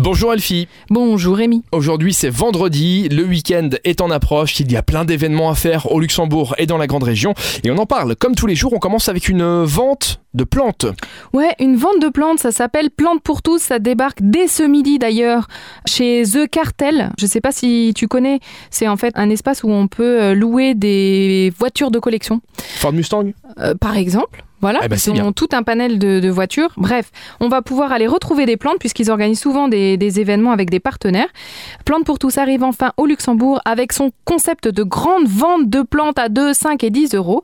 Bonjour Elfie. Bonjour Rémi. Aujourd'hui c'est vendredi, le week-end est en approche, il y a plein d'événements à faire au Luxembourg et dans la grande région et on en parle. Comme tous les jours, on commence avec une vente de plantes. Ouais, une vente de plantes, ça s'appelle Plantes pour tous, ça débarque dès ce midi d'ailleurs chez The Cartel. Je sais pas si tu connais, c'est en fait un espace où on peut euh, louer des voitures de collection. Ford Mustang Euh, par exemple. Voilà, Eh ben, c'est ils ont bien. tout un panel de, de voitures. Bref, on va pouvoir aller retrouver des plantes puisqu'ils organisent souvent des, des événements avec des partenaires. Plantes pour tous arrive enfin au Luxembourg avec son concept de grande vente de plantes à 2, 5 et 10 euros.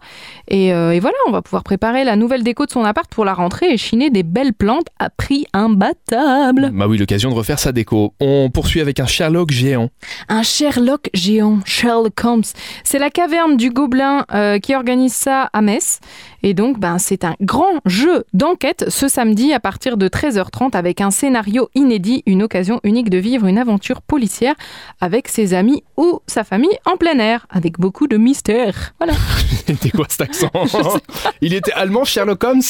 Et, euh, et voilà, on va pouvoir préparer la nouvelle déco de son appart pour la rentrée et chiner des belles plantes à prix imbattable. Bah oui, l'occasion de refaire sa déco. On poursuit avec un Sherlock géant. Un Sherlock géant, Sherlock Holmes. C'est la caverne du Gobelin euh, qui organise ça à Metz. Et donc, ben, c'est un grand jeu d'enquête ce samedi à partir de 13h30 avec un scénario inédit, une occasion unique de vivre une aventure policière avec ses amis ou sa famille en plein air, avec beaucoup de mystère. Voilà. C'était quoi cet accent Il était allemand Sherlock Holmes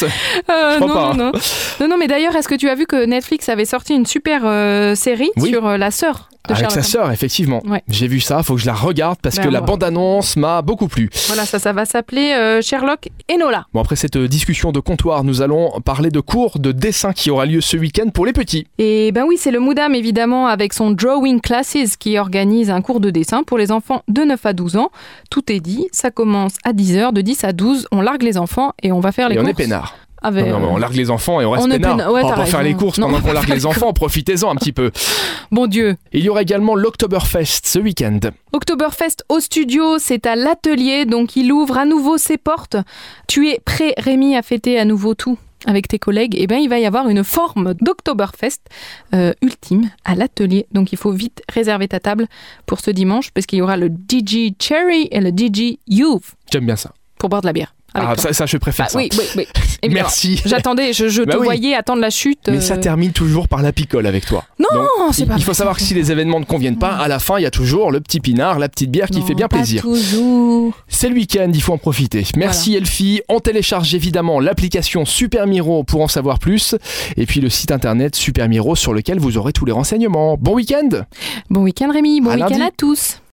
Euh, Je non, crois pas, non, non, non, non, mais d'ailleurs, est-ce que tu as vu que Netflix avait sorti une super euh, série Oui. sur euh, la sœur de Avec Sherlock sa Holmes sœur, effectivement. Ouais. J'ai vu ça, faut que je la regarde parce Ben, que la moi- bande-annonce m'a beaucoup plu. Voilà, ça, ça va s'appeler euh, Sherlock Enola. Bon, après cette euh, discussion de comptoir, nous allons parler de cours de dessin qui aura lieu ce week-end pour les petits. Et ben oui, c'est le Moudam évidemment avec son Drawing Classes qui organise un cours de dessin pour les enfants de 9 à 12 ans. Tout est dit, ça commence à 10h, de 10 à 12, on largue les enfants et on va faire les et on courses. est peinard. Ah ben, on largue les enfants et on reste on est peinard. peinard, ouais, on va t'as pas faire raison. les courses Non, on pendant va qu'on largue faire les les enfants, profitez-en un petit peu. Bon Dieu Il y aura également l'Oktoberfest ce week-end. Oktoberfest au studio, c'est à l'atelier, donc il ouvre à nouveau ses portes. Tu es prêt, Rémi, à fêter à nouveau tout avec tes collègues Eh bien, il va y avoir une forme d'Oktoberfest euh, ultime à l'atelier. Donc, il faut vite réserver ta table pour ce dimanche, parce qu'il y aura le DJ Cherry et le DJ Youth J'aime bien ça. pour boire de la bière. avec Ah, toi. ça, ça, je préfère Bah ça. oui, oui, oui. évidemment. Merci. J'attendais, je, je Bah te oui. voyais attendre la chute. Mais ça euh, termine toujours par la picole avec toi. Non, Donc, non, Oh, c'est il, pas il faut vrai. savoir que si les événements ne conviennent pas, à la fin, il y a toujours le petit pinard, la petite bière qui Non, fait bien pas plaisir. toujours. C'est le week-end, il faut en profiter. Merci Elfie. On télécharge évidemment l'application Super Miro pour en savoir plus. Et puis le site internet Super Miro sur lequel vous aurez tous les renseignements. Bon week-end Bon week-end, Rémi. Bon À week-end lundi. à tous.